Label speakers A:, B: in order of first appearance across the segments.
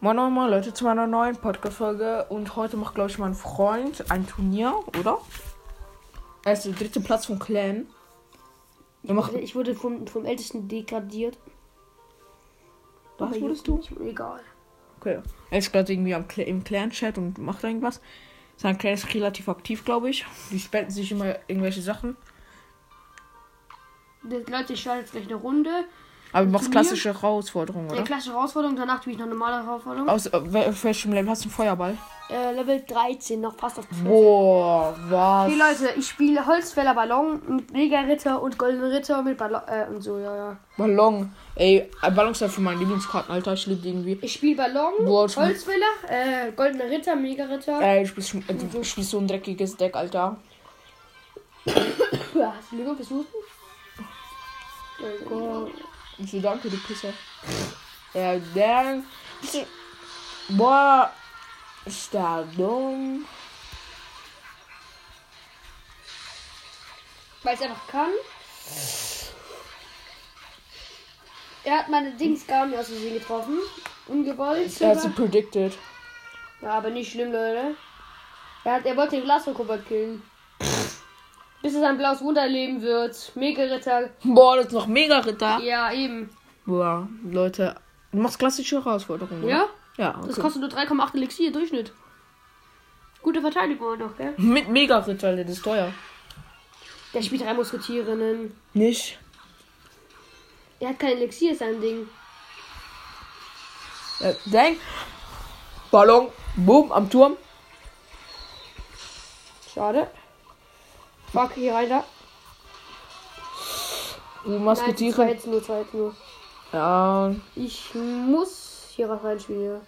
A: Moin Moin Moin Leute zu meiner neuen Podcast-Folge und heute macht, glaube ich, mein Freund ein Turnier, oder? Er ist der dritte Platz vom Clan.
B: Ich wurde, Also ich wurde vom, vom Ältesten degradiert.
A: Was
B: Aber
A: wurdest
B: juckt
A: du?
B: mich Egal.
A: Okay. Er ist gerade irgendwie am, Cl- im Clan-Chat und macht irgendwas. Sein Clan ist relativ aktiv, glaube ich. Die spenden sich immer irgendwelche Sachen.
B: Das- Leute, ich schalte jetzt gleich eine Runde.
A: Aber du machst
B: Turnier?
A: klassische Herausforderungen,
B: Eine
A: oder?
B: klassische Herausforderung, danach tue ich noch eine normale Herausforderung.
A: Aus äh, wel- auf welchem Level hast du einen Feuerball?
B: Äh, Level 13, noch fast auf 12.
A: Boah, was?
B: Okay, Leute, ich spiele Holzfäller Ballon mit Mega Ritter und Goldenen Ritter mit Ballon. Äh, und so, ja, ja.
A: Ballon. Ey, Ballon ist von meinen Lieblingskarten, Alter. Ich liebe die irgendwie.
B: Ich spiele Ballon,
A: Boah, das-
B: Holzfäller, äh, Goldener Ritter, Mega Ritter.
A: Ey, du spielst, schon- äh, du spielst so ein dreckiges Deck, Alter.
B: Puh, Hast du Lüge fürs Husten? Oh Gott.
A: Ich so, danke, du Pisser. Ja, dann. Boah. Ist da dumm.
B: Weil es einfach kann. Er hat meine Dings gar nicht aus dem See getroffen. Ungewollt.
A: Er
B: sogar.
A: hat sie predicted.
B: Ja, aber nicht schlimm, Leute. Er, hat, er wollte den Glasrohrkobold killen. Bis es ein blaues Wunder leben wird. Mega Ritter.
A: Boah, das ist noch mega Ritter.
B: Ja, eben.
A: Boah, Leute. Du machst klassische Herausforderungen. ne?
B: Ja?
A: Ja, Mhm. okay.
B: Das kostet nur 3,8 Elixier, Durchschnitt. Gute Verteidigung noch, gell?
A: Mit mega Ritter, das ist teuer.
B: Der spielt drei Musketierinnen.
A: Nicht?
B: Er hat kein Elixier, ist sein Ding.
A: Äh, denk. Ballon. Boom, am Turm.
B: Schade. Fuck, hier rein da.
A: Die
B: Nein, zwei
A: Masketiere.
B: jetzt nur, zwei jetzt nur.
A: Ja,
B: Ich muss hier was reinspielen, ja.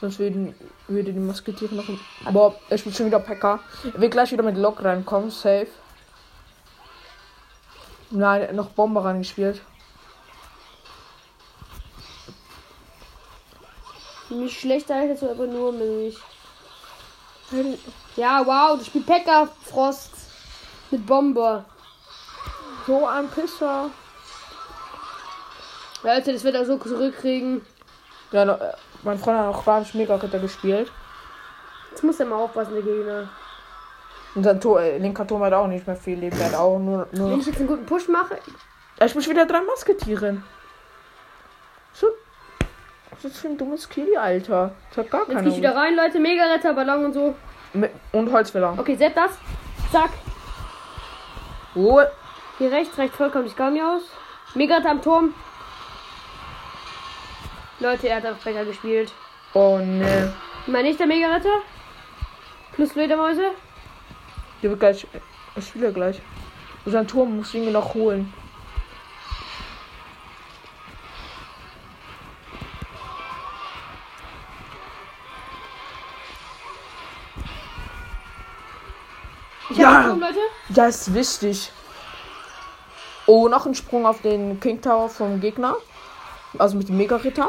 A: sonst würden, würde die Masketiere noch. Boah, er spielt schon wieder Packer. Er wird gleich wieder mit Lock reinkommen, safe. Nein, er hat noch Bomber reingespielt.
B: Nicht schlecht, da ist jetzt aber nur Milch. Ja, wow, das spielt Pekka Frost mit Bomber.
A: So ein Pisser.
B: Leute, das wird er so zurückkriegen.
A: Ja, no- äh, mein Freund hat auch Schwabisch Mega Ritter gespielt.
B: Jetzt muss er mal aufpassen, der Gegner.
A: Und sein Tor, äh, linker Turm hat auch nicht mehr viel Leben. Er hat auch nur, nur
B: Wenn
A: noch.
B: ich jetzt einen guten Push mache,
A: Er spielt wieder drei Masketiere. So. Was ist das für ein dummes Kili, Alter? Das hat gar
B: jetzt gehe ich wieder
A: keine
B: rein, Leute. Mega Retter, Ballon und so.
A: Mit- Und Holzfäller.
B: Okay, set das. Zack.
A: Oh,
B: Hier rechts, rechts vollkommen, ich kam hier aus. Mega Retter am Turm. Leute, er hat einfach Pekka gespielt.
A: oh ne.
B: Mein nächster Mega Retter. Plus Fledermäuse.
A: Der wird gleich. Ich spiele gleich. Und sein Turm muss ihn noch holen.
B: Ich
A: Ja.
B: hab den Turm, Leute.
A: Ja, ist wichtig. Oh, noch ein Sprung auf den King Tower vom Gegner. Also mit dem Mega-Ritter.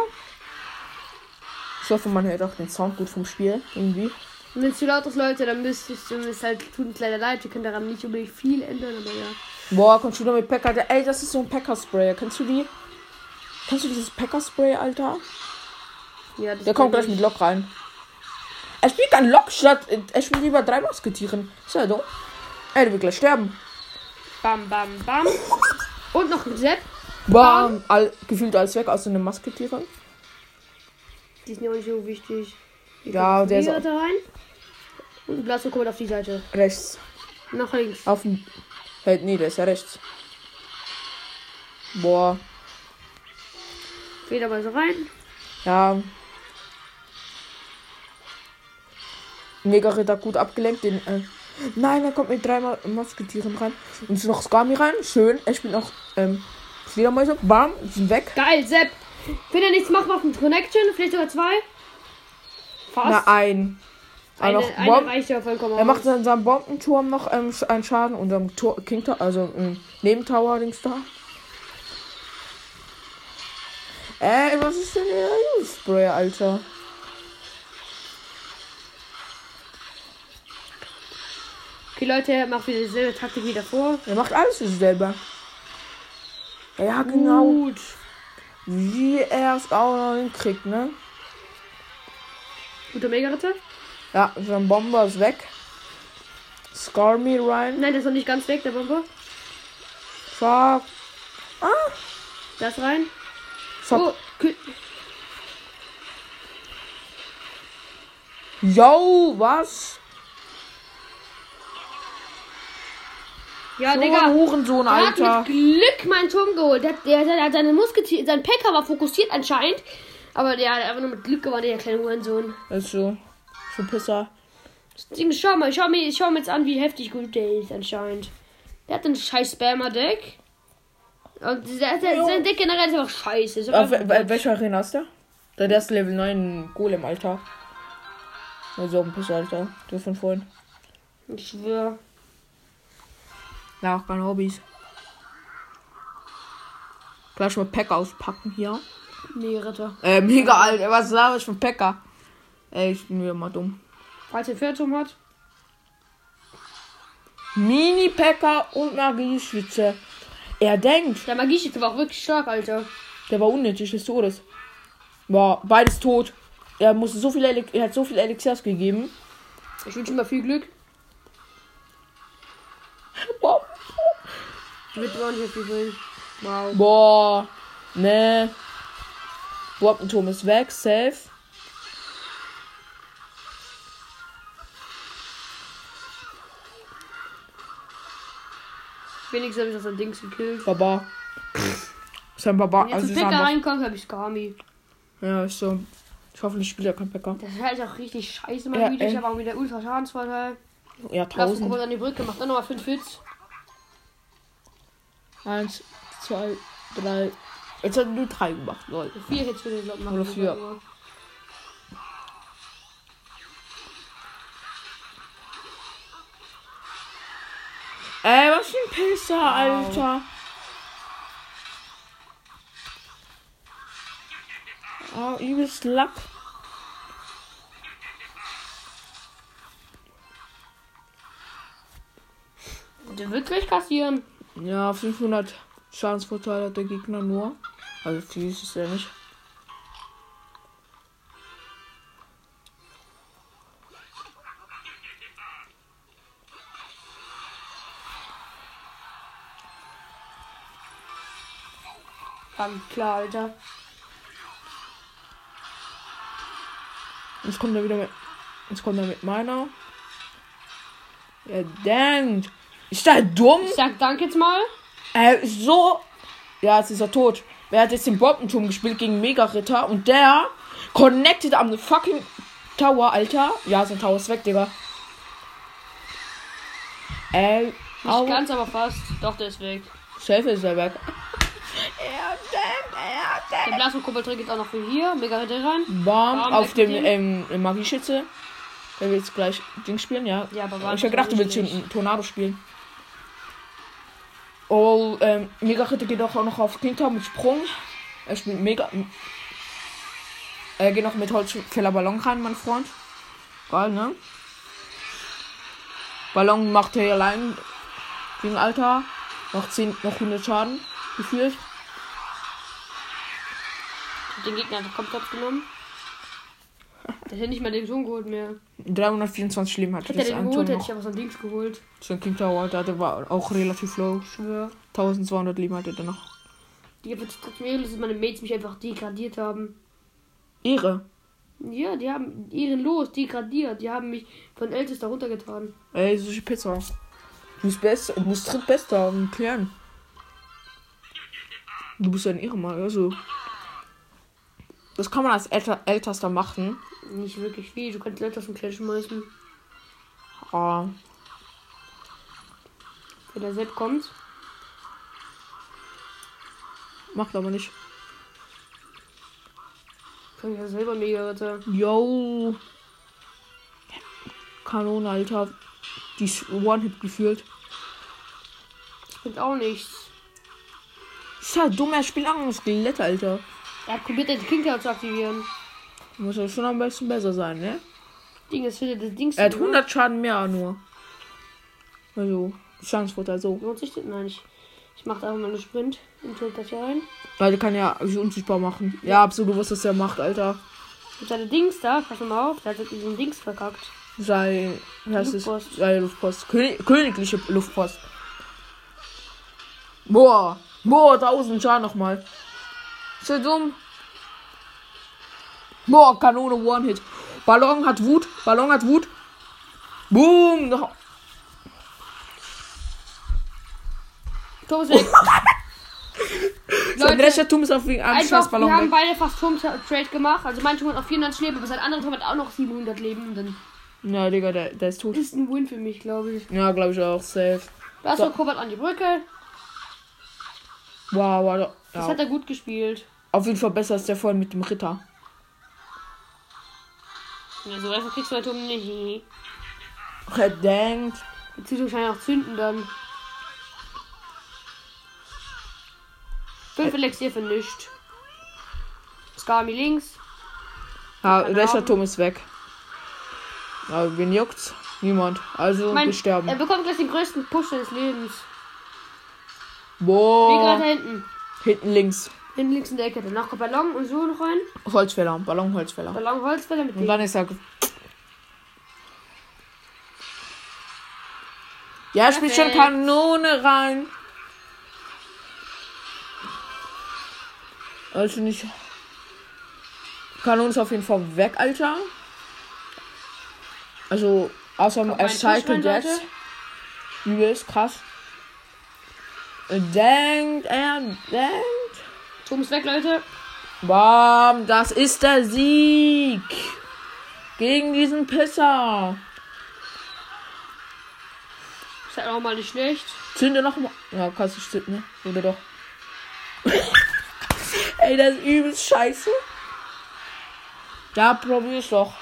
A: Ich hoffe, man hört auch den Sound gut vom Spiel. Irgendwie.
B: Und wenn es zu laut ist, Leute, dann müsst ihr dann ist halt tut uns leider leid. Wir können daran nicht unbedingt viel ändern, aber ja.
A: Boah, kommt schon wieder mit Packer. Ey, das ist so ein Packer-Sprayer. Kennst du die? Kennst du dieses Packer-Spray, Alter?
B: ja das
A: Der kommt
B: kann
A: gleich
B: ich.
A: mit Lock rein. Er spielt kein Lock statt. Er spielt lieber drei Musketieren. Ist ja doof. Ey, der wird gleich sterben.
B: Bam, bam, bam. Und noch ein Sepp.
A: Bam! All, gefühlt alles weg, außer eine Masketiere.
B: Die ist mir auch nicht so wichtig. Hier
A: Ja,
B: kommt
A: der
B: ein
A: ist auch-
B: Seereiter rein. Und ein Blasso kommt auf die Seite.
A: Rechts.
B: Nach links.
A: Auf dem. Halt, nee, der ist ja rechts. Boah.
B: Federweise rein.
A: Ja. Mega Ritter gut abgelenkt. Den, äh, nein, er kommt mit drei Ma- Masketieren rein. Und noch Skami rein. Schön. Er spielt noch ähm, Fledermäuse. Bam, sind weg.
B: Geil, Sepp. Wenn er nichts macht, macht ein Connection. Vielleicht sogar zwei.
A: Na,
B: Fast.
A: ein. Aber
B: eine,
A: noch
B: eine
A: Bomben.
B: reicht ja vollkommen.
A: Er macht
B: aus.
A: in seinem Bombenturm noch ähm, sch- einen Schaden und am Tor King Tower, also ähm, Nebentower, Dings da. Ey, Äh, was ist denn der Spray, Alter?
B: Okay, Leute, er macht wieder dieselbe Taktik wie davor.
A: Er macht alles für sich selber. Ja, genau.
B: Gut.
A: wie er es auch noch hinkriegt, ne?
B: Guter Mega-Ritter?
A: Ja, sein Bomber ist weg. Scar me rein.
B: Nein, der ist noch nicht ganz weg, der Bomber.
A: Fuck.
B: Das rein.
A: Fuck.
B: Oh, Kü-
A: Yo, was? So
B: ja,
A: ein
B: Digga.
A: Oh, Hurensohn,
B: Er hat
A: Alter.
B: mit Glück meinen Turm geholt. Der, der, der, seine Musketier, sein Packer war fokussiert anscheinend. Aber der hat einfach nur mit Glück gewonnen, der kleine Hurensohn.
A: Ist so. So Pisser.
B: Deswegen schau mal, schau mir, schau mir jetzt an, wie heftig gut der ist anscheinend. Der hat einen scheiß Spammer-Deck. Und der, der,
A: Jo.
B: sein Deck generell ist einfach scheiße. Ist
A: Auf,
B: einfach
A: wel- wel- welcher Arena ist der? Der, der ist Level 9 Golem, Alter. Also ein Pisser, Alter. Das von vorhin.
B: ich schwör.
A: Ja, auch keine Hobbys. Gleich mal Pack auspacken hier.
B: Nee, Ritter.
A: Äh, mega alt. Was sag ich für Packer? Ey, ich bin wieder mal dumm.
B: Falls er Phantom hat.
A: Mini-Packer und Magieschütze. Er denkt,
B: Der Magieschütze war auch wirklich stark, Alter.
A: der war unnötig des Todes. War beides tot. Er musste so viel Elix er hat so viel Elixiers gegeben.
B: Ich wünsche ihm mal viel Glück.
A: Boah.
B: Ich würde auch nicht mehr viel bringen. Wow.
A: Boah. Ne. Bombenturm ist weg. Safe.
B: Wenigstens habe ich das an Dings gekillt.
A: Baba. Sein Baba.
B: Wenn jetzt
A: Also
B: ein
A: ist
B: Packer
A: einfach-
B: reinkommt, habe ich Kami.
A: ja, ist so. Ich hoffe, ich spiele ja kein Packer.
B: Das ist halt auch richtig scheiße,
A: Ja,
B: mein Video. Ich
A: ey.
B: habe auch wieder ultra Schadensvorteil.
A: Ja,
B: Lass guck
A: 1000.
B: mal an die Brücke, macht dann nochmal 5 Hits.
A: Eins, zwei, drei. Jetzt hat er nur drei gemacht, lol.
B: 4 Hits würde ich glaube machen.
A: Oder vier. Ey, was für ein Pisser, Alter. Oh, übelst Lack.
B: Der wird gleich kassieren.
A: Ja, 500 Schadensvorteil hat der Gegner nur. Also viel ist es ja nicht.
B: Ganz klar, Alter.
A: Jetzt kommt er wieder mit. Jetzt kommt er mit meiner. Er denkt. Ist der dumm?
B: Ich sag Dank jetzt mal.
A: Er ist Äh, so. Ja, jetzt ist er tot. Wer hat jetzt den Bombenturm gespielt gegen Mega-Ritter und der connected am fucking Tower, Alter. Ja, sein Tower ist weg, Digga. Ey,
B: Nicht
A: au.
B: ganz, aber fast. Doch, der ist weg.
A: Safe ist er weg. Er denkt, er denkt.
B: Der Blasmuskuppel trägt jetzt auch noch viel hier. Mega Ritter rein.
A: Bam,
B: Bam,
A: auf
B: weg mit
A: dem ähm, Magieschütze. Der will jetzt gleich Ding spielen, ja.
B: Ja, aber warte,
A: ich hab gedacht, du willst
B: nicht.
A: schon Tornado spielen. Oh, ähm, Mega Ritter geht auch noch auf Kingtown mit Sprung. Er spielt Mega. Er geht noch mit Holzfäller Ballon rein, mein Freund. Geil, ne? Ballon macht er allein gegen Alter. Noch 10, noch 100 Schaden. Gefühlt.
B: Hab Den Gegner einfach komplett genommen. Der hätte nicht mal den Turm geholt mehr.
A: 324 Leben hat
B: Hätte er
A: das
B: den
A: ein
B: geholt,
A: Tor
B: hätte
A: noch.
B: ich aber so ein Dings geholt.
A: So ein King Tower, da der war auch relativ low.
B: Ich schwör.
A: 1200 Leben hatte der noch.
B: Die haben jetzt trotzdem irre, dass meine Mates mich einfach degradiert haben.
A: Ehre.
B: Ja, die haben ehrenlos degradiert. Die haben mich von ältester runtergetan.
A: Ey, solche Pizza. Du bist best, du bist drittbester im Klären. Du bist ein Ehrenmann, also. Das kann man als Älter, Ältester machen.
B: Nicht wirklich viel. Du kannst Leute aus dem Clan schmeißen.
A: Ah,
B: Wenn der Sepp kommt.
A: macht aber nicht.
B: Kann ich ja selber mega retten.
A: Yo. Kanone, Alter. Die ist One-Hit gefühlt.
B: Das bringt auch nichts.
A: Ist ja dumm, er spielt auch noch Skelett, Alter.
B: Er hat probiert, den Kinker zu aktivieren.
A: Muss ja schon am besten besser sein, ne?
B: Ding, das findet das Dings.
A: Er hat
B: nicht, oder?
A: 100 Schaden mehr nur. Also, Schadensvorteil so.
B: Lohnt sich ne? das? Nein, ich, Ich mache da einfach mal einen Sprint und hol das hier rein.
A: Weil der kann ja sie unsichtbar machen. Ja, hab so gewusst, dass er macht, Alter.
B: Mit seine Dings da, pass mal auf, der hat halt diesen Dings verkackt.
A: Sein. Wie heißt
B: Luftpost.
A: es? Seine Luftpost. König, königliche Luftpost. Boah. Boah, 1000 Schaden nochmal. Ist ja dumm. Boah, Kanone One-Hit. Ballon hat Wut. Ballon hat Wut. Boom. Noch.
B: Turm ist weg.
A: Sein
B: Leute,
A: rechter Turm ist auf wegen eines
B: einfach, wir haben
A: Ballon weg.
B: beide fast Turm-Trade gemacht. Also mein Turm hat noch 400 Leben, aber sein anderer Turm hat auch noch 700 Leben. Und dann
A: Ja, Digga, der, der ist tot.
B: ist ein Win für mich, glaube ich.
A: Ja, glaube ich auch. Safe.
B: Lass
A: So.
B: so. Kobalt an die Brücke.
A: Wow, wow.
B: Das
A: Ja.
B: hat er gut gespielt.
A: Auf jeden Fall besser als der vorhin mit dem Ritter.
B: Ja, so einfach kriegst du halt Turm nicht.
A: Verdammt.
B: Beziehungsweise wahrscheinlich auch zünden dann. Fünf Elixier für nichts. Skami links.
A: Ja,
B: Keine
A: rechter
B: Ahnung.
A: Turm ist weg. Aber wen juckt's? Niemand. Also
B: Mein,
A: wir sterben.
B: er bekommt gleich den größten Push seines Lebens.
A: Oh.
B: Wie gerade da
A: Boah.
B: hinten.
A: Hinten links.
B: Hinten links in der Ecke. Danach kommt Ballon und so noch rein.
A: Holzfäller. Ballon Holzfäller.
B: Ballon Holzfäller mit
A: Und
B: dem.
A: dann ist er. ge- Ja, er spielt schon
B: Perfekt.
A: Kanone rein. Also nicht. Kanone ist auf jeden Fall weg, Alter. Also, außer
B: Kommt
A: er
B: mein
A: cycelt
B: Push rein,
A: jetzt. Übelst krass. Denkt er, denkt.
B: Turm ist weg, Leute.
A: Bam, das ist der Sieg. Gegen diesen Pisser.
B: Ist halt auch mal nicht schlecht.
A: Zünde noch mal. Ja, kannst du zünden, ne? Oder doch? Ey, das ist übelst scheiße. Da probier's doch.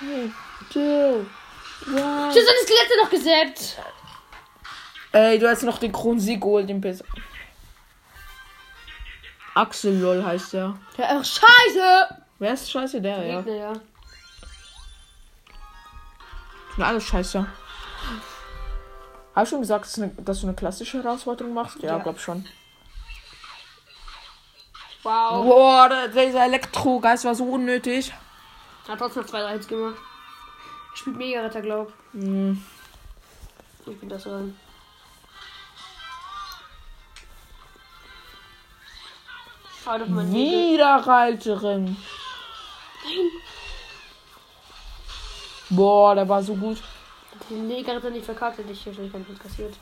A: Hey, two, one.
B: Ich hab seine Skelette noch gesäbt.
A: Ey, du hast noch den Kronsieg geholt, den Pisser. Axel Lol heißt der.
B: Ja, ach, scheiße.
A: Wer ist scheiße der? Ja.
B: Gegner, ja.
A: Sind alles scheiße. Hast du schon gesagt, dass du eine, dass du eine klassische Herausforderung machst? Ja,
B: Ja.
A: glaub schon.
B: Wow.
A: Boah, Oh, der- dieser Elektrogeist war so unnötig.
B: Hat trotzdem noch zwei, drei Hits gemacht. Spielt mega Ritter, glaub.
A: Hm.
B: Ich bin das dran. Schau doch mal Nägel.
A: Wiederreiterin. Boah, der war so gut.
B: Den Neger hat er nicht verkackt, hätte ich wahrscheinlich keinen Punkt kassiert.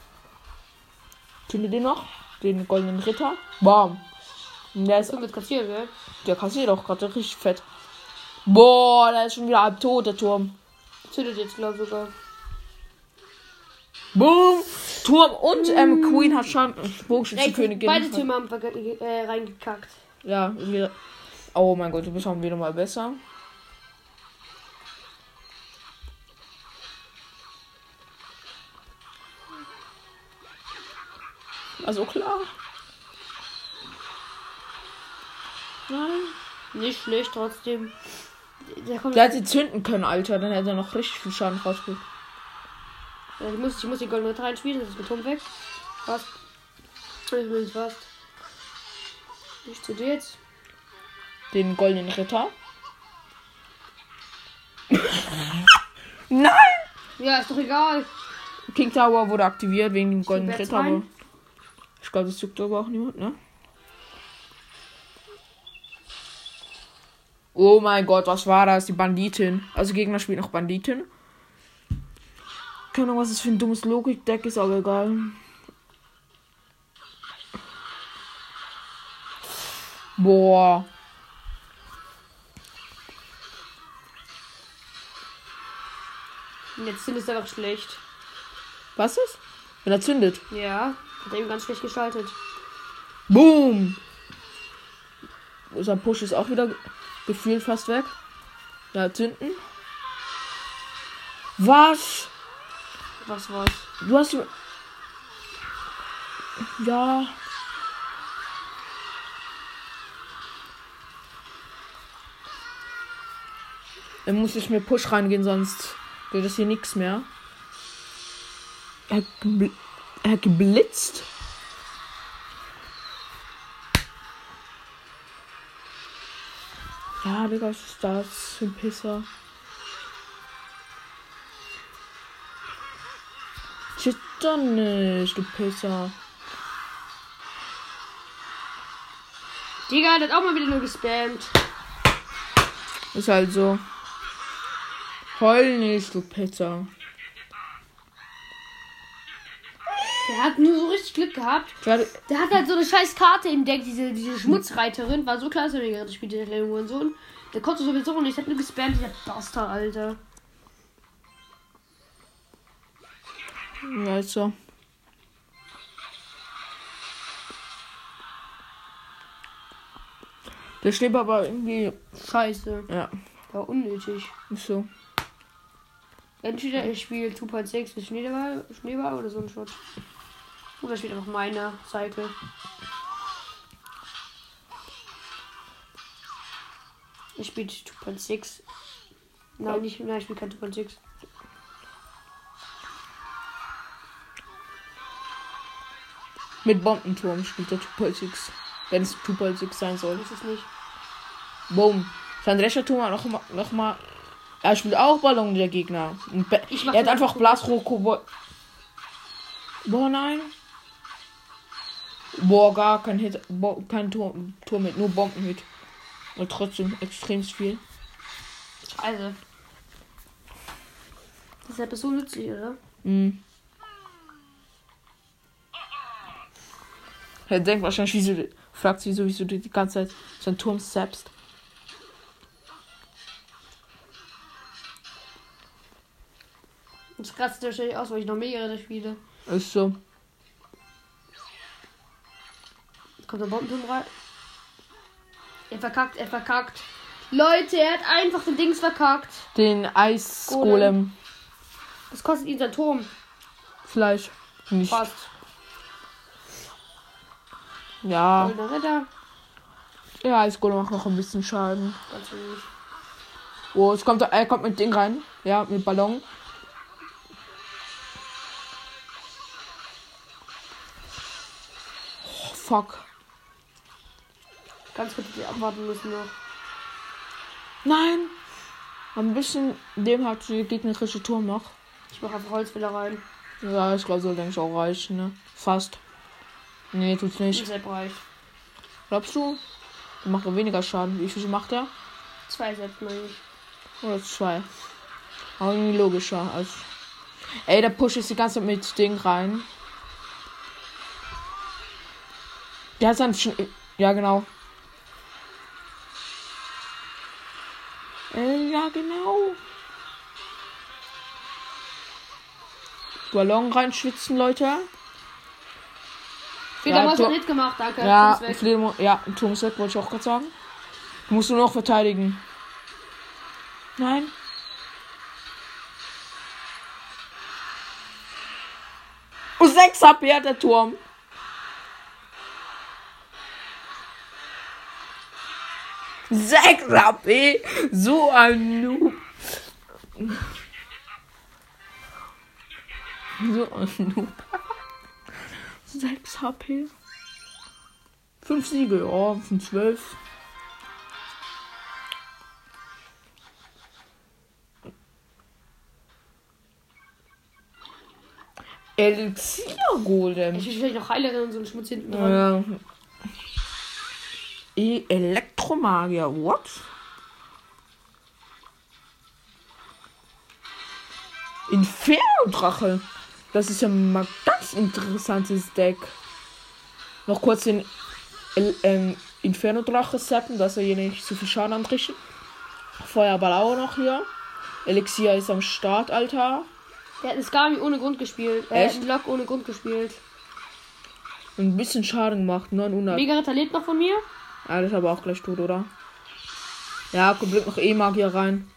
A: Finde den noch? Den goldenen Ritter. Bam. Und Der ist,
B: So wird kassiert, ne? gell?
A: der kassiert auch gerade richtig fett. Boah, der ist schon wieder halb tot, der Turm.
B: Zündet jetzt, glaub sogar.
A: Boom. Turm und ähm, Queen hat schon Bogenschützenkönigin.
B: Beide Türme haben verge- äh, reingekackt.
A: Ja, wir. Oh mein Gott, du bist schon wieder mal besser. Also klar. Nein.
B: Nicht schlecht, trotzdem. Der kommt.
A: Der hätte zünden können, Alter. Dann hätte er noch richtig viel Schaden rausgeholt.
B: Ja, ich, muss, ich muss den Golden Ritter reinspielen, das ist mit Turm weg. Fast. Ich bin fast. Ich zu dir jetzt.
A: Den goldenen Ritter. Nein!
B: Ja, ist doch egal.
A: King Tower wurde aktiviert wegen dem goldenen
B: Jetzt
A: Ritter. Aber
B: rein.
A: ich glaube, das juckt aber auch niemand, ne? Oh mein Gott, was war das? Die Banditin. Also Gegner spielt noch Banditin. Keine Ahnung, was das für ein dummes Logikdeck ist, aber egal. Boah.
B: Und Jetzt sind es einfach schlecht.
A: Was ist? Wenn er zündet.
B: Ja, hat er eben ganz schlecht geschaltet.
A: Boom! Unser Push ist auch wieder ge- gefühlt fast weg. Ja, zünden. Was?
B: Was war's?
A: Du hast. die- Ja. Dann muss ich mir Push reingehen, sonst wird das hier nichts mehr. Er, gebl er geblitzt? Ja, Digga, was ist das für ein Pisser? Shit doch nicht, du Pisser.
B: Digga, der hat auch mal wieder nur gespammt.
A: Ist halt so. Heul nicht, du Pisser.
B: Der hat nur so richtig Glück gehabt.
A: Ich werde-
B: Der hat halt so eine scheiß Karte im Deck, diese, diese Schmutzreiterin. War so klar, dass er mega gerade spielt, der kleine Hurensohn. Der konnte sowieso und ich hab nur gespammt, dieser Bastard, Alter.
A: Ja, ist so. Der steht aber irgendwie.
B: Scheiße.
A: Ja,
B: War unnötig.
A: ist so.
B: Entweder ich spiele 2.6 mit Schneeball, Schneeball oder so ein Shot. Oder spielt einfach meiner Cycle. Ich spiele 2.6. Nein, nicht, nein, ich spiele kein 2.6.
A: Mit Bombenturm spielt der Tupol 6. Wenn es Tupol 6 sein soll.
B: Das ist nicht.
A: Boom. Sein rechter Turm hat noch mal, noch mal. Er spielt auch Ballon, der Gegner. Und Be-
B: Ich mach
A: er hat
B: den
A: einfach Blasrohkobold. Boah, nein. Boah, gar kein Hit. Bo kein Turm, Turm mit, nur Bombenhit. Und trotzdem extrem viel.
B: Scheiße. Deshalb Also. ist so nützlich, oder?
A: Mhm. Er denkt wahrscheinlich, wieso, du- fragt sich, wieso, wieso du die ganze Zeit so einen Turm selbst.
B: Das kratzt wahrscheinlich aus, weil ich noch mehrere spiele.
A: Ist so.
B: Jetzt kommt der Bombenturm rein. Er verkackt, er verkackt. Leute, er hat einfach den Dings verkackt.
A: Den Eisgolem.
B: Das kostet ihn sein Turm.
A: Fleisch. Nicht.
B: Fast.
A: Ja.
B: Goldener Ritter.
A: Ja, Eisgolem macht noch ein bisschen Schaden.
B: Ganz ruhig.
A: Oh, es kommt, er kommt mit Ding rein. Ja, mit Ballon. Oh, fuck.
B: Ganz kurz die abwarten müssen ne? noch.
A: Nein. Ein bisschen dem hat die gegnerische Turm noch.
B: Ich mache einfach Holzfäller rein.
A: Ja, ich glaube, soll denke ich auch reichen, ne? Fast. Nee, tut's
B: Ich
A: nicht.
B: Sepp reicht.
A: Glaubst du? Der macht weniger Schaden. Wie viel macht er?
B: Zwei Sepp meine ich.
A: Oder zwei. Aber irgendwie logischer als. Ey, der Push ist die ganze Zeit mit Ding rein. Der hat seinen. Sch ja, genau. Äh, ja, genau. Ballon reinschwitzen, Leute.
B: Fehler ja,
A: du-
B: einen Hit gemacht, danke.
A: Ja,
B: Turm ist weg.
A: Flemo, ja, ein Turmset wollte ich auch gerade sagen. Du musst nur noch verteidigen. Nein. Oh, 6 HP hat der Turm. Sechs HP. So ein Noob. So ein Noob. Sechs HP. 5 Siege, ja, von 12. Elixiergolem.
B: Ich will vielleicht noch Heilerin und so einen Schmutz hinten dran.
A: Ja. E Elektromagier, what? Inferno-Drache. Das ist ja mal ganz interessantes Deck. Noch kurz den El- ähm, Inferno-Drache setzen, dass er hier nicht zu viel Schaden anrichtet. Feuerball auch noch hier. Elixier ist am Start, Alter.
B: Der hat einen Skami ohne Grund gespielt. Er hat
A: Echt?
B: einen Block ohne Grund gespielt.
A: Ein bisschen Schaden gemacht, 900.
B: Mega Ritter lebt noch von mir.
A: Ah, das ist aber auch gleich tot, oder? Ja, komplett noch E-Magier rein.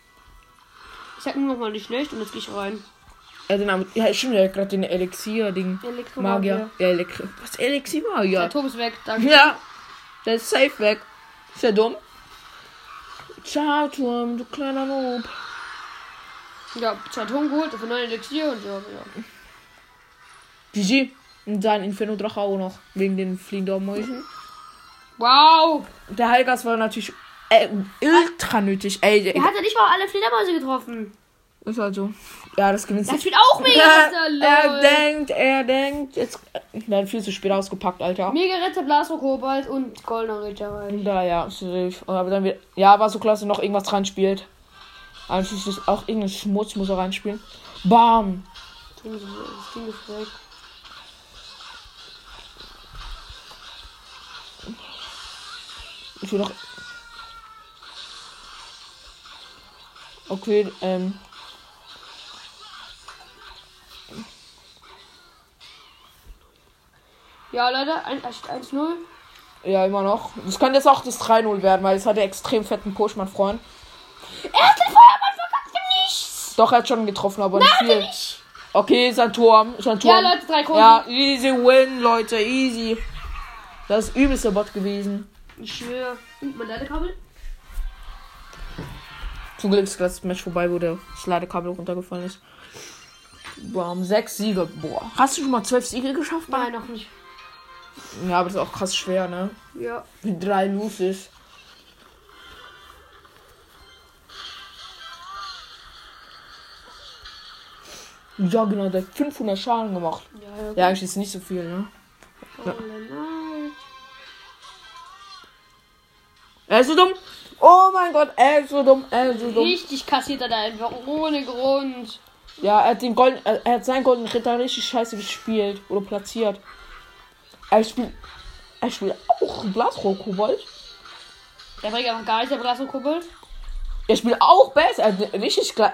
B: Ich sag nur noch mal nicht schlecht und jetzt gehe ich rein.
A: Er hat den Am- ja, stimmt, er hat gerade den Elixier-Ding. Magier.
B: Elektromagier.
A: Ja, Elek Was?
B: Der
A: Elixier-Magier?
B: Turm ist weg, danke.
A: Ja. Der ist safe weg. Ist ja dumm. Ciao, Turm, du kleiner Noob.
B: Ja, zwei Turm geholt, dafür neun Elixier und ja, ja.
A: GG. Und sein Inferno-Drache auch noch. Wegen den fliegenden Mäusen.
B: Wow!
A: Der Heilgas war natürlich äh, ultra nötig. Ey,
B: Er
A: ja.
B: hat ja nicht mal alle Fledermäuse getroffen.
A: ist halt so. Ja, Äh, das gewinnt
B: Das spielt auch mega
A: Er, er
B: Ritter, lol.
A: denkt, er denkt. Jetzt werden viel zu spät ausgepackt, Alter.
B: Mega Ritter, Blaso, Kobalt und Goldener Ritter rein.
A: Da, ja, safe. Und aber dann wird. Ja, war so klasse, noch irgendwas reinspielt. Eigentlich ist auch irgendein Schmutz muss er reinspielen. Bam!
B: Das Ding ist- das Ding ist weg.
A: Ich will noch. Okay, ähm.
B: Ja, Leute, ein- 1-0.
A: Ja, immer noch. Das kann jetzt auch das 3-0 werden, weil es hat er extrem fetten Push, mein Freund.
B: Er hat den Feuermann verkackt im Nichts.
A: Doch, er hat schon getroffen, aber nicht
B: Hat er
A: viel.
B: nicht.
A: Okay, sein Turm. Sein Turm.
B: Ja, Leute, drei Kronen.
A: Ja, easy win, Leute, easy. Das ist übelster Bot gewesen.
B: Ich schwöre. Und mein Ladekabel?
A: Zum Glück ist das Match vorbei, wo der das Ladekabel runtergefallen ist. Bam, sechs Siege. Boah. Hast du schon mal zwölf Siege geschafft,
B: Nein, noch nicht.
A: Ja, aber das ist auch krass schwer, ne?
B: Ja.
A: Mit drei Loses. Ja, genau, der hat 500 Schaden gemacht.
B: Ja, ja.
A: Ja, eigentlich ist nicht so viel, ne?
B: Oh, nein.
A: Er ist so dumm. Oh mein Gott, er ist so dumm, er ist so dumm.
B: Richtig kassiert er da einfach ohne Grund.
A: Ja, er hat den Golden, er, er hat seinen Golden Ritter richtig scheiße gespielt oder platziert. Er spielt, er spielt auch Blasrohr-Kobold.
B: Der bringt einfach gar nicht der Blaso Kobold.
A: Er spielt auch besser, also richtig klar.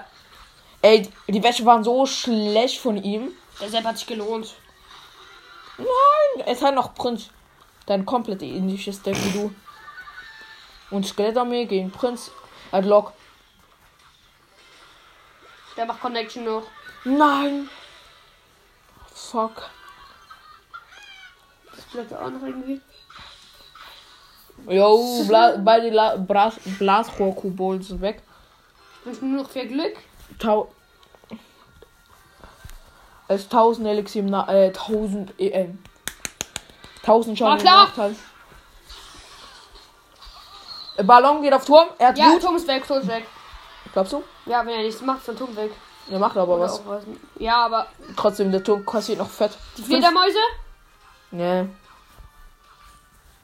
A: Ey, die Wäsche waren so schlecht von ihm.
B: Der Sepp hat sich gelohnt.
A: Nein, es hat noch Prinz. Dein komplett ähnliches Deck wie du. Und Skelettarmee gegen Prinz. Er hat Lock.
B: Der macht Connection noch.
A: Nein. Fuck.
B: Das bleibt auch noch irgendwie.
A: Yo, Bla beide La Bras Blasrohr-Kobolds sind weg.
B: Ich wünsche nur noch viel Glück.
A: Tau als 1000 Elixier im Na äh, 1000 EM. 1000 Schaden
B: War klar.
A: Nachteil. Äh, Ballon geht auf Turm. Er hat
B: Ja,
A: Blut.
B: Turm ist weg, Turm ist weg.
A: Glaubst du?
B: Ja, wenn er nichts macht, ist der Turm weg.
A: Er macht aber
B: Oder
A: was.
B: auch was. Ja, aber
A: Trotzdem, der Turm kassiert noch fett.
B: die Fledermäuse?
A: Nee.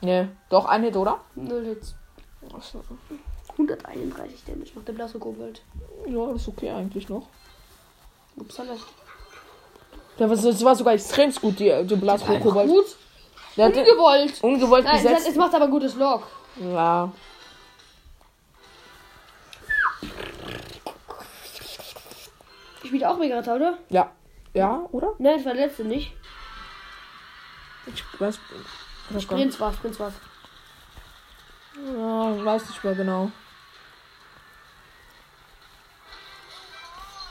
A: Nee. Doch, ein Hit, oder?
B: Null Hits. 131 Damage macht der Blaso Kobold.
A: Ja, das ist okay eigentlich noch.
B: Upsala.
A: Ja, was- Das war sogar extrem gut, die, die Blasrohr-Kobold.
B: Gut.
A: Der hat den
B: Ungewollt.
A: ungewollt
B: Nein, es, hat,
A: gesetzt.
B: es macht aber gutes Log.
A: Ja.
B: Ich spiele auch Mega Ritter, oder?
A: Ja. Ja, oder?
B: Nein, das war der letzte nicht.
A: Ich weiß. Ich weiß
B: Prinz war's, Prinz war's.
A: Ja, weiß nicht mehr genau.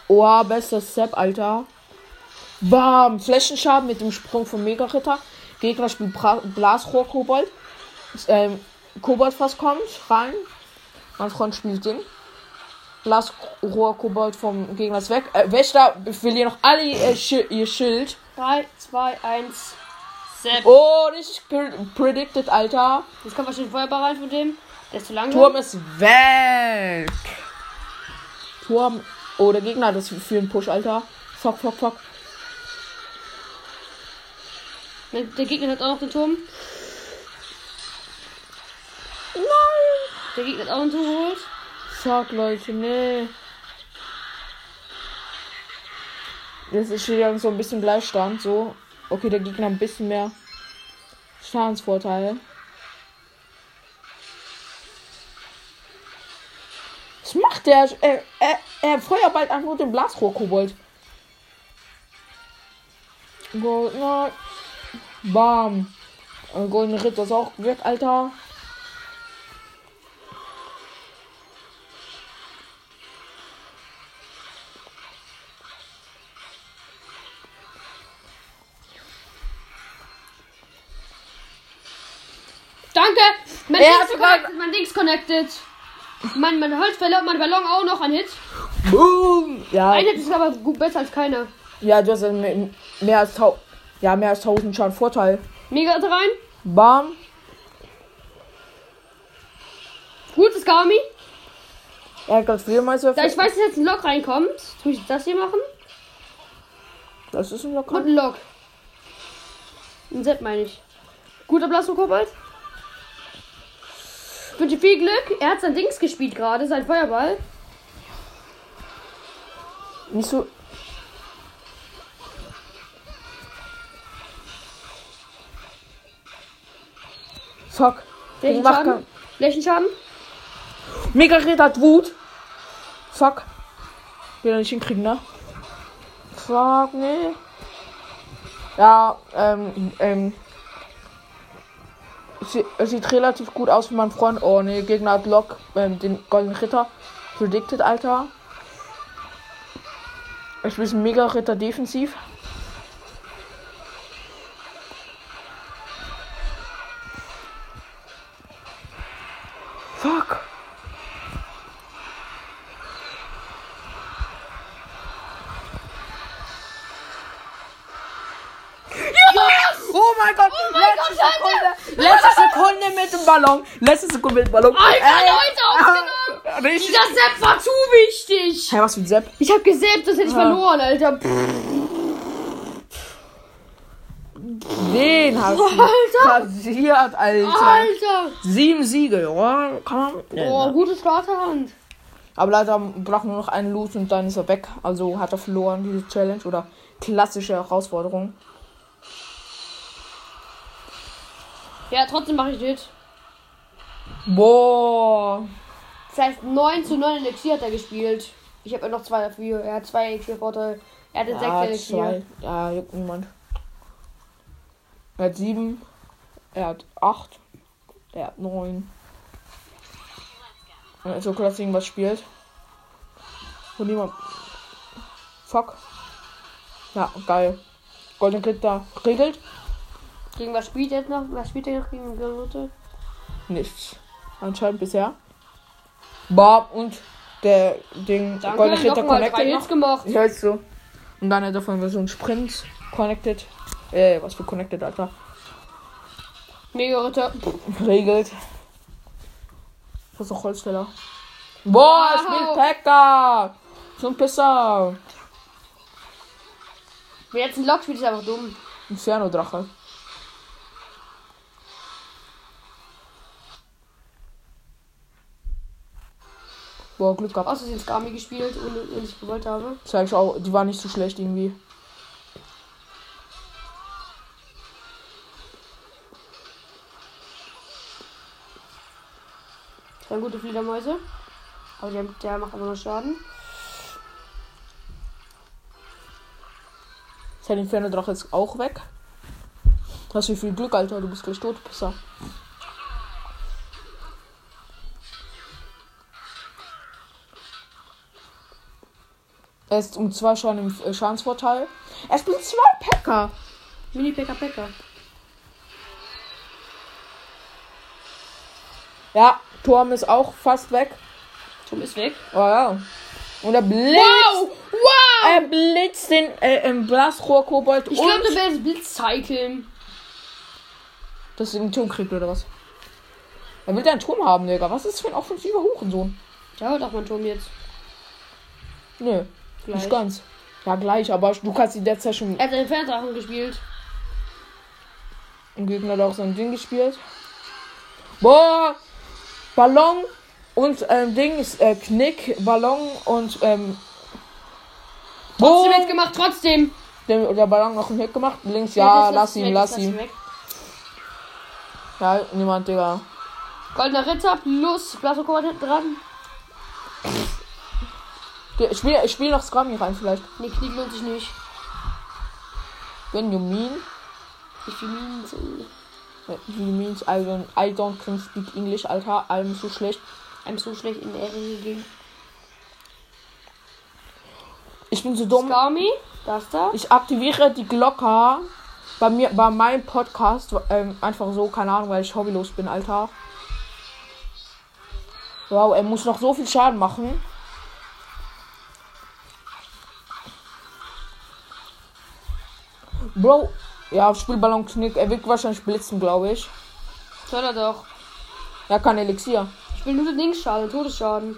A: Oha, bester Step, Oh, Alter. Bam! Flächenschaden mit dem Sprung vom Mega-Ritter. Gegner spielt Bra- Blasrohr-Kobold. Ähm, Kobold fast kommt rein. Mein Freund spielt Ding. Blasrohr-Kobold vom Gegner ist weg. Äh, Wächter verlieren noch alle ihr, Schi- ihr Schild.
B: 3, 2, 1. Sepp.
A: Oh, richtig pre predicted, Alter.
B: Jetzt kommt wahrscheinlich ein Feuerball rein von dem. Der ist zu langsam.
A: Turm ist weg. Turm. Oh, der Gegner hat das für einen Push, Alter. Fuck, fuck, fuck.
B: Der der Gegner hat auch noch den Turm.
A: Nein.
B: Der Gegner hat auch einen Turm geholt.
A: Fuck, Leute, ne? nee. Jetzt ist wieder so ein bisschen Gleichstand, so. Okay, der Gegner ein bisschen mehr Schadensvorteil. Was macht der? Er, er, er feuerbald einfach nur den Blasrohr-Kobold. Gold, nein. Bam. Ein Golden Ritter ist auch weg, Alter.
B: Danke! Mein
A: Er
B: Dings
A: hat
B: ist
A: sogar-
B: connected, mein Dings connected. Mein, mein Holzfäller und mein Ballon auch noch ein Hit.
A: Boom. Ja.
B: Ein Hit ist aber gut besser als keiner.
A: Ja, du hast ja me- mehr als, tau ja, mehr als 1000 Schaden Vorteil.
B: Mega rein.
A: Bam.
B: Gutes Gaumi.
A: Er hat gerade Fledermeister.
B: Da ich weiß, dass jetzt ein Lock reinkommt, tue ich das hier machen.
A: Das ist ein
B: Und
A: Locker.
B: ein Lock. Ein Set meine ich. Guter Blasokobalt. Ich wünsche viel Glück. Er hat sein Dings gespielt gerade, sein Feuerball.
A: Nicht so. Fuck. Ich
B: Welchen
A: mach
B: Schaden?
A: keinen.
B: Welchen Schaden?
A: Mega Red hat Wut. Fuck. Will er nicht hinkriegen, ne? Fuck, nee. Ja, ähm, ähm. Sie, es sieht relativ gut aus für meinen Freund. Oh ne, Gegner hat Lock, ähm, den goldenen Ritter. Predicted, Alter. Ich bin ein Mega Ritter defensiv. Fuck. Oh mein Gott! letzte Sekunde! Letzte Sekunde mit dem Ballon! Letzte Sekunde mit dem Ballon!
B: Alter,
A: Ey.
B: Leute, aufgenommen!
A: Ah, Richtig!
B: Dieser Sepp war zu wichtig!
A: Hey, was für ein Sepp?
B: Ich hab gesäbt, das hätte ich
A: Ja.
B: verloren, Alter.
A: Hm.
B: Pff,
A: Den hast du
B: Alter!
A: kassiert, Alter!
B: Alter!
A: Sieben Siege, ja, kann man.
B: Oh,
A: nennen.
B: gute Starterhand.
A: Aber leider braucht nur noch einen Loot und dann ist er weg. Also hat er verloren, diese Challenge oder klassische Herausforderung.
B: Ja, trotzdem mache ich das.
A: Boah.
B: Das heißt, 9 zu 9 Elixier hat er gespielt. Ich habe noch zwei dafür. Er hat zwei Elixier-Vorteil. Er hatte sechs
A: Ja,
B: Elixier.
A: zwei. Ja, juckt niemand. Er hat sieben. Er hat acht. Er hat neun. Und so cool, dass irgendwas spielt. Wo niemand. Fuck. Ja, geil. Golden Ritter regelt
B: Gegen was spielt er jetzt noch? Was spielt er noch gegen Gerute?
A: nichts. Anscheinend bisher. Bob und der Ding. Golden
B: Danke,
A: Ritter
B: nochmal drei
A: connected
B: Hits
A: noch.
B: gemacht.
A: Ich hör's so. Und dann hat er von so einem Sprint connected. Äh, was für connected, Alter.
B: Mega Ritter. Pff,
A: regelt. Das ist doch Holzfäller. Boah, es spielt Packer! So ein Pisser!
B: Wenn jetzt ein Lock spielt, ist einfach dumm.
A: Inferno-Drache. Boah, Glück gehabt.
B: Außer sie ins Gami gespielt, ohne ohne dass ich gewollt habe.
A: Zeig ich auch, die war nicht so schlecht irgendwie.
B: Das waren gute Fledermäuse. Aber der, der macht einfach nur Schaden.
A: Sein Inferno-Drache ist auch weg. Hast du viel Glück, Alter, du bist gleich tot, Pisser. Er ist um zwei Schaden im äh, Schadensvorteil. Er spielt zwei Packer.
B: Mini Pekka Pekka.
A: Ja, Turm ist auch fast weg.
B: Tom ist weg.
A: Oh ja. Und er blitzt.
B: Wow! Wow!
A: Er blitzt den äh, im Blasrohr-Kobold
B: Ich glaube, du
A: und...
B: werdest Blitz cyclen.
A: Dass er den Turm kriegt, oder was? Er will deinen Turm haben, Digga. Was ist für ein offensiver Hurensohn?
B: Da hört auch mein Turm jetzt.
A: Nö.
B: Gleich.
A: Nicht ganz. Ja, gleich, aber du kannst die derzeit schon
B: Er hat einen Ferndrachen gespielt.
A: im Gegner da auch so ein Ding gespielt. Boah! Ballon und ähm, Ding ist äh, Knick, Ballon und ähm.
B: Oh.
A: Boom.
B: Hast du gemacht trotzdem?
A: Der, der Ballon noch einen Hit gemacht. Links, ja, lass ihn, lass ihn. Ja, niemand, Digga.
B: Goldener Ritter plus Blasokommand hinten dran.
A: Ge- Ich spiel, ich spiel noch Scrummy rein, vielleicht.
B: Nee, Knie lohnt sich nicht.
A: Benjamin.
B: Ich will ihn so.
A: Äh, Wie means I don't, I don't can speak English, Alter. Allem so schlecht.
B: Einem so schlecht in Ehre gegeben.
A: Ich bin so dumm.
B: Skami, das da.
A: Ich aktiviere die Glocke bei mir, bei meinem Podcast. Ähm, einfach so, keine Ahnung, weil ich hobbylos bin, Alter. Wow, er muss noch so viel Schaden machen. Bro, ja, Spielballon knickt. Er wird wahrscheinlich blitzen, glaube ich.
B: Soll er doch.
A: Er kann Elixier.
B: Ich Ich will nur den Dingsschaden, Todesschaden.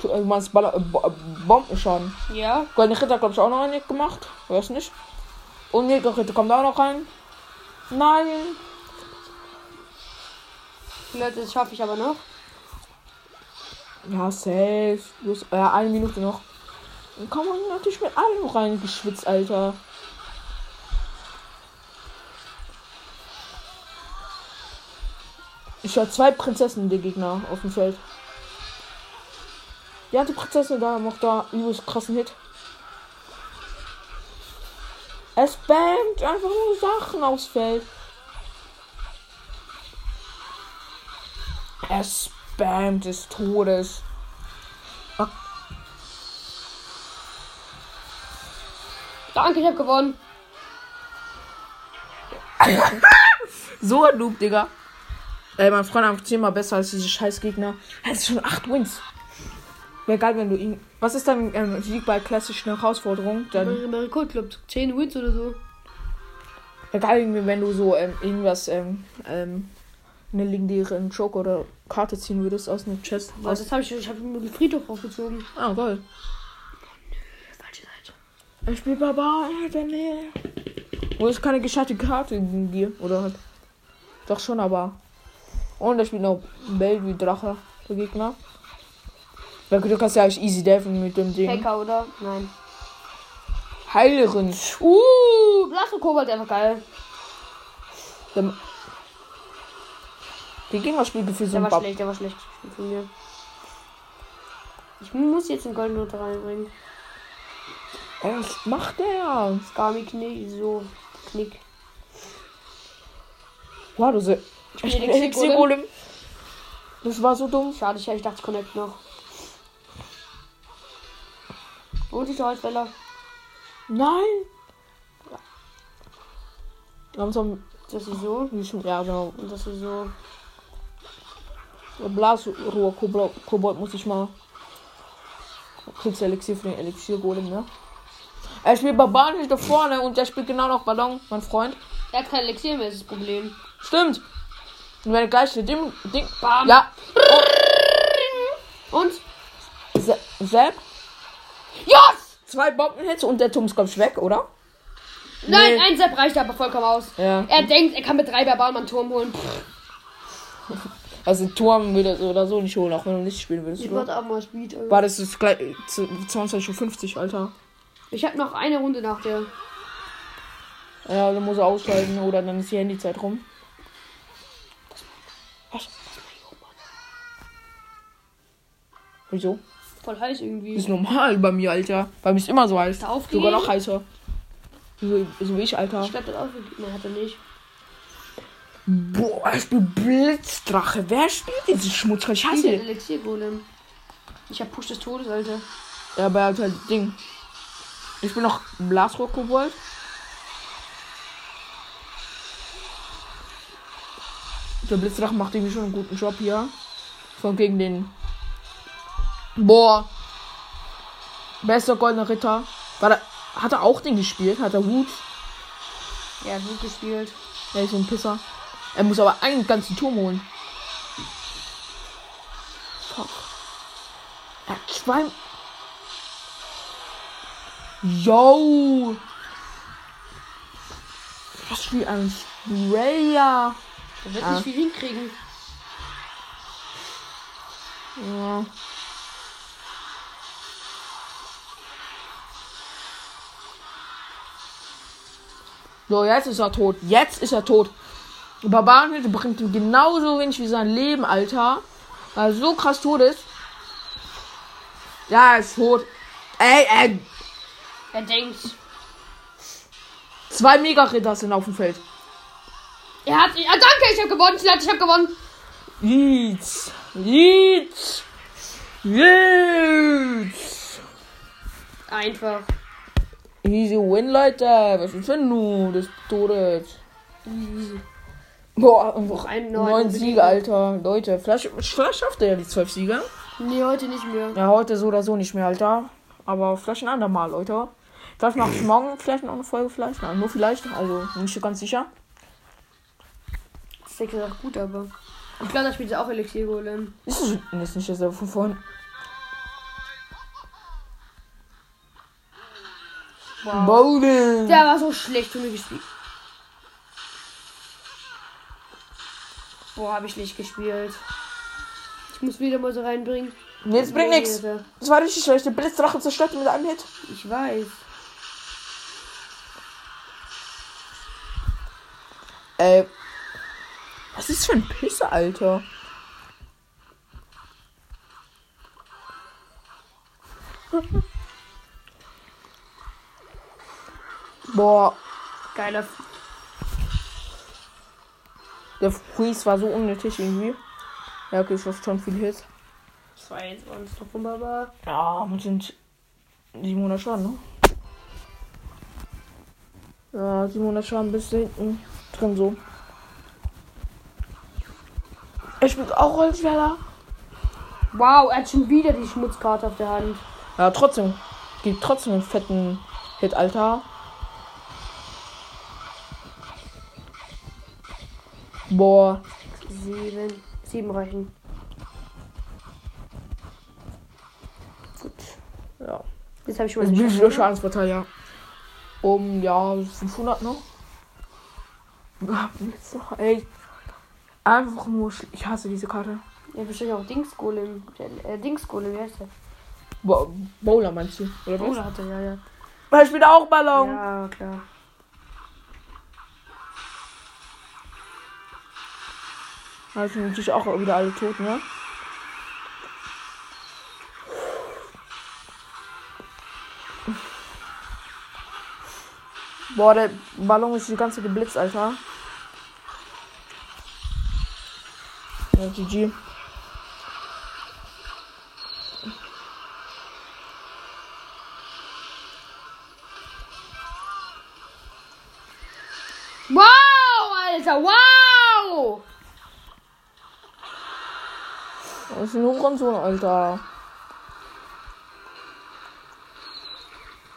A: Du äh, du meinst Baller, äh, Bo- äh, Bombenschaden.
B: Ja.
A: Goldene Ritter, glaube ich, auch noch eine gemacht. Weiß nicht. Und Negerritter kommt auch noch rein. Nein.
B: Leute, das schaffe ich aber noch.
A: Ja, safe. Bloß, äh, eine Minute noch. Dann kann man natürlich mit allem reingeschwitzt, Alter. Ich habe zwei Prinzessinnen, der Gegner, auf dem Feld. Ja, die Prinzessin da macht da übelst krassen Hit. Es spammt einfach nur Sachen aufs Feld. Es spammt des Todes.
B: Danke, ich habe gewonnen.
A: So ein Loop, Digga. Ey, mein Freund am Thema besser als diese scheiß Gegner. Er hat schon 8 Wins. Wäre geil, wenn du ihn. Was ist dein ähm, Sieg bei klassischen Herausforderungen? Dann
B: Mein Rekordclub, 10 Wins oder so.
A: wäre geil, wenn du so ähm, irgendwas, ähm, ähm, eine legendäre Joke oder Karte ziehen würdest aus einer Chest.
B: Aber
A: Aus
B: das habe ich, ich habe nur den Friedhof aufgezogen.
A: ah, geil.
B: Falsche Seite.
A: Ich spiel Barbar, Alter, nee. Wo ist keine gescheite Karte in dir? Oder halt. Doch schon, aber. Und er spielt noch Bell wie Drache, der Gegner. Weil du kannst ja eigentlich easy defen mit dem Ding.
B: Hacker, oder? Nein.
A: Heilerin.
B: Uh, Blasto Kobold, einfach geil.
A: Der, der Gegner spielt gefühlt so
B: Der
A: ein
B: war
A: Bab.
B: schlecht, der war schlecht von mir. Ich muss jetzt einen goldenen Note reinbringen.
A: Ey, was macht der?
B: Skami Knick, so. Knick.
A: Wow, du se-
B: bin
A: Ich bin
B: Elixir-
A: Elixir-Golem. Das war so dumm.
B: Schade, ich, ich dachte, ich connect noch. Und die Holzfäller.
A: Nein. Wir haben so
B: Das ist so.
A: wie schon, ja genau,
B: Und das ist so.
A: Blasrohr Kobold, Kobold muss ich mal. Kriegst Elixier für den Elixier-Golem, ne? Er spielt Barbar nicht da vorne und der spielt genau noch Ballon, mein Freund.
B: Er hat kein Elixier mehr, ist das Problem.
A: Stimmt. Und wenn gleich der Ding. Ding
B: Bam.
A: ja.
B: Und?
A: Se- Sepp.
B: Yes!
A: Zwei Bombenhits und der Turm ist, glaube ich, weg, oder?
B: Nein,
A: Nee.
B: ein Sepp reicht aber vollkommen aus.
A: Ja.
B: Er denkt, er kann mit drei Barbaren mal einen Turm holen. Pff,
A: Also den Turm würde so oder so nicht holen, auch wenn du nicht spielen würdest.
B: ich
A: Oder?
B: wollte auch mal Speed. ey.
A: War das ist gleich äh, zu- 22.50 Uhr, Alter.
B: Ich habe noch eine Runde nach der.
A: Ja, dann muss er ausschalten oder dann ist die Handyzeit rum. Was? Wieso?
B: Voll heiß irgendwie.
A: Ist normal bei mir, Alter. Bei mir ist immer so heiß.
B: Ist er aufgeregt?
A: Sogar noch heißer. So, so wie ich, Alter.
B: Ich glaube, das hat aufgegeben. Nein, hat er nicht.
A: Boah, ich bin Blitzdrache. Wer spielt diese Schmutzkacke? Ich hasse
B: Diese
A: den.
B: Elixier-Golem. Ich hab Push des Todes, Alter.
A: Ja, aber er hat halt Ding. Ich bin noch Blasrohr-Kobold. Der Blitzdrache macht irgendwie schon einen guten Job hier. Von gegen den. Boah. Bester goldener Ritter. War da, hat er auch den gespielt? Hat er Wut?
B: Er hat gut gespielt.
A: Er ist so ein Pisser. Er muss aber einen ganzen Turm holen. Fuck. Er hat zwei. Yo! Was wie ein Sprayer.
B: Er wird
A: Ah.
B: nicht viel hinkriegen.
A: Ja. So, jetzt ist er tot. Jetzt ist er tot. Die Barbarenhütte bringt ihm genauso wenig wie sein Leben, Alter. Weil er so krass tot ist. Ja, er ist tot. Ey, ey.
B: Er denkt.
A: Zwei Mega-Ritter sind auf dem Feld.
B: Er hat. Ah, danke, ich hab gewonnen. Schlatt, ich hab gewonnen.
A: Yeets. Yeets. Yeets.
B: Einfach.
A: Easy win, Leute. Was ist denn nun des Todes?
B: Easy.
A: Boah, und noch
B: einen
A: einen
B: neuen
A: neuen,
B: unbedingt.
A: Sieg, Alter. Leute, vielleicht, vielleicht schafft er ja die 12 Siege.
B: Nee, heute nicht mehr.
A: Ja, heute so oder so nicht mehr, Alter. Aber vielleicht ein andermal, Leute. Vielleicht mache ich morgen vielleicht noch eine Folge, vielleicht. Nein, nur vielleicht. Also, bin ich so ganz sicher.
B: Das ist ja gesagt gut, aber. Ich glaube, das spielt auch Elixier Golem.
A: Ist das, nee, ist nicht derselbe von vorhin.
B: Wow.
A: Bowden!
B: Der war so schlecht für mich gespielt. Boah, habe ich nicht gespielt. Ich muss wieder mal so reinbringen.
A: Nee, das bringt nichts. Das war richtig schlecht. Der Blitzdrache zerstört ihn mit einem Hit.
B: Ich weiß.
A: Ey. Äh, Was ist für ein Pisse, Alter? Boah,
B: Geiler. F-
A: der Freeze war so unnötig irgendwie. Ja, okay, ich war schon viel Hit.
B: Das war jetzt uns doch wunderbar.
A: Ja, man sind 700 Schaden, ne? Ja, 700 Schaden bis hinten drin so. Ich bin auch Holzfäller.
B: Wow, er hat schon wieder die Schmutzkarte auf der Hand.
A: Ja, trotzdem. Gibt trotzdem einen fetten Hit, Alter. Boah.
B: Sieben. Sieben reichen.
A: Gut. Ja. Also,
B: Jetzt habe ich schon
A: Das ist
B: mal den
A: ein
B: Schaden.
A: Schadensvorteil, ja. Um, ja, 500 noch. Ja, jetzt noch, Ey. Einfach nur. schl- Ich hasse diese Karte.
B: Ja, bestimmt auch Dingsgolem. Der- Äh, Dingsgolem, wie heißt der?
A: Bo Bowler meinst du? Oder was?
B: Oder hat er, ja, ja.
A: Weil ich bin auch Ballon.
B: Ja, klar.
A: Da sind natürlich auch wieder alle tot, ne? Boah, der Ballon ist die ganze Zeit geblitzt, Alter. Ja, GG.
B: Wow, Alter, wow!
A: Das ist ein Hurensohn, Alter.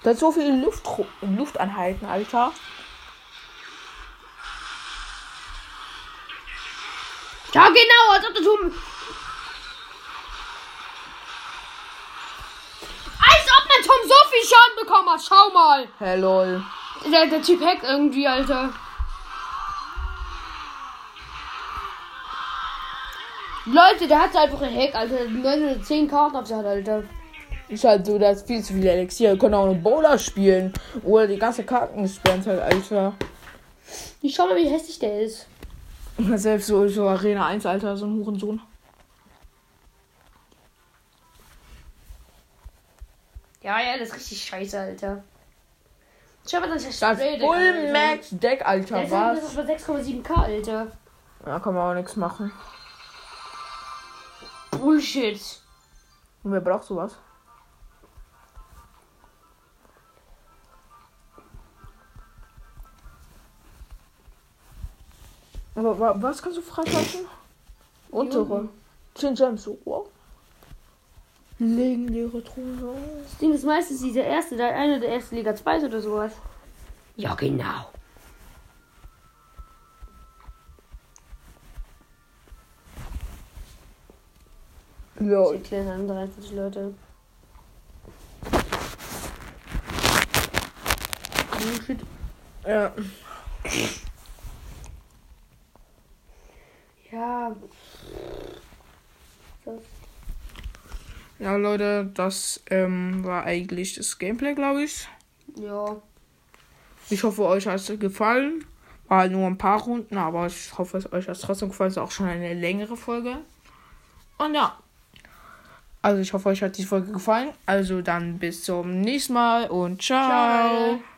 A: Der hat so viele Luft, Lufteinheiten, Alter.
B: Ja, genau, als ob das um. Als ob der Tom so viel Schaden bekommen hat, schau mal!
A: Hey, lol.
B: Der, der Typ hackt irgendwie, Alter. Leute, der hat einfach einen Hack, Alter. 9 oder 10 Karten auf der Hand, Alter.
A: Ist halt so, dass viel zu viele Elixier. Wir können auch einen Bowler spielen. Oder die ganze Karten gesperrt halt, Alter.
B: Ich schau mal, wie hässlich der ist.
A: Selbst so, so Arena 1, Alter, so ein Hurensohn.
B: Ja, ja, das ist richtig scheiße, Alter. Schau mal, das ist
A: Das Full Max Deck,
B: Der
A: Alter,
B: ist das ist
A: was?
B: bei 6,7k, Alter.
A: Da kann man auch nichts machen.
B: Bullshit.
A: Und wer braucht sowas? Aber wa was kannst du freischalten? Untere. 10 Gems. Wow. Legendäre Truhe.
B: Das Ding ist meistens dieser erste, der eine der ersten Liga 2 oder sowas. Ja, genau.
A: Ja,
B: Ich erkläre an 30 Leute. Bullshit.
A: ja.
B: Ja.
A: Ja, Leute, das ähm, war eigentlich das Gameplay, glaube ich.
B: Ja.
A: Ich hoffe, euch hat es gefallen. War halt nur ein paar Runden, aber ich hoffe, es euch hat es trotzdem gefallen. Es ist auch schon eine längere Folge. Und ja. Also ich hoffe, euch hat die Folge gefallen. Also dann bis zum nächsten Mal und ciao.
B: Ciao.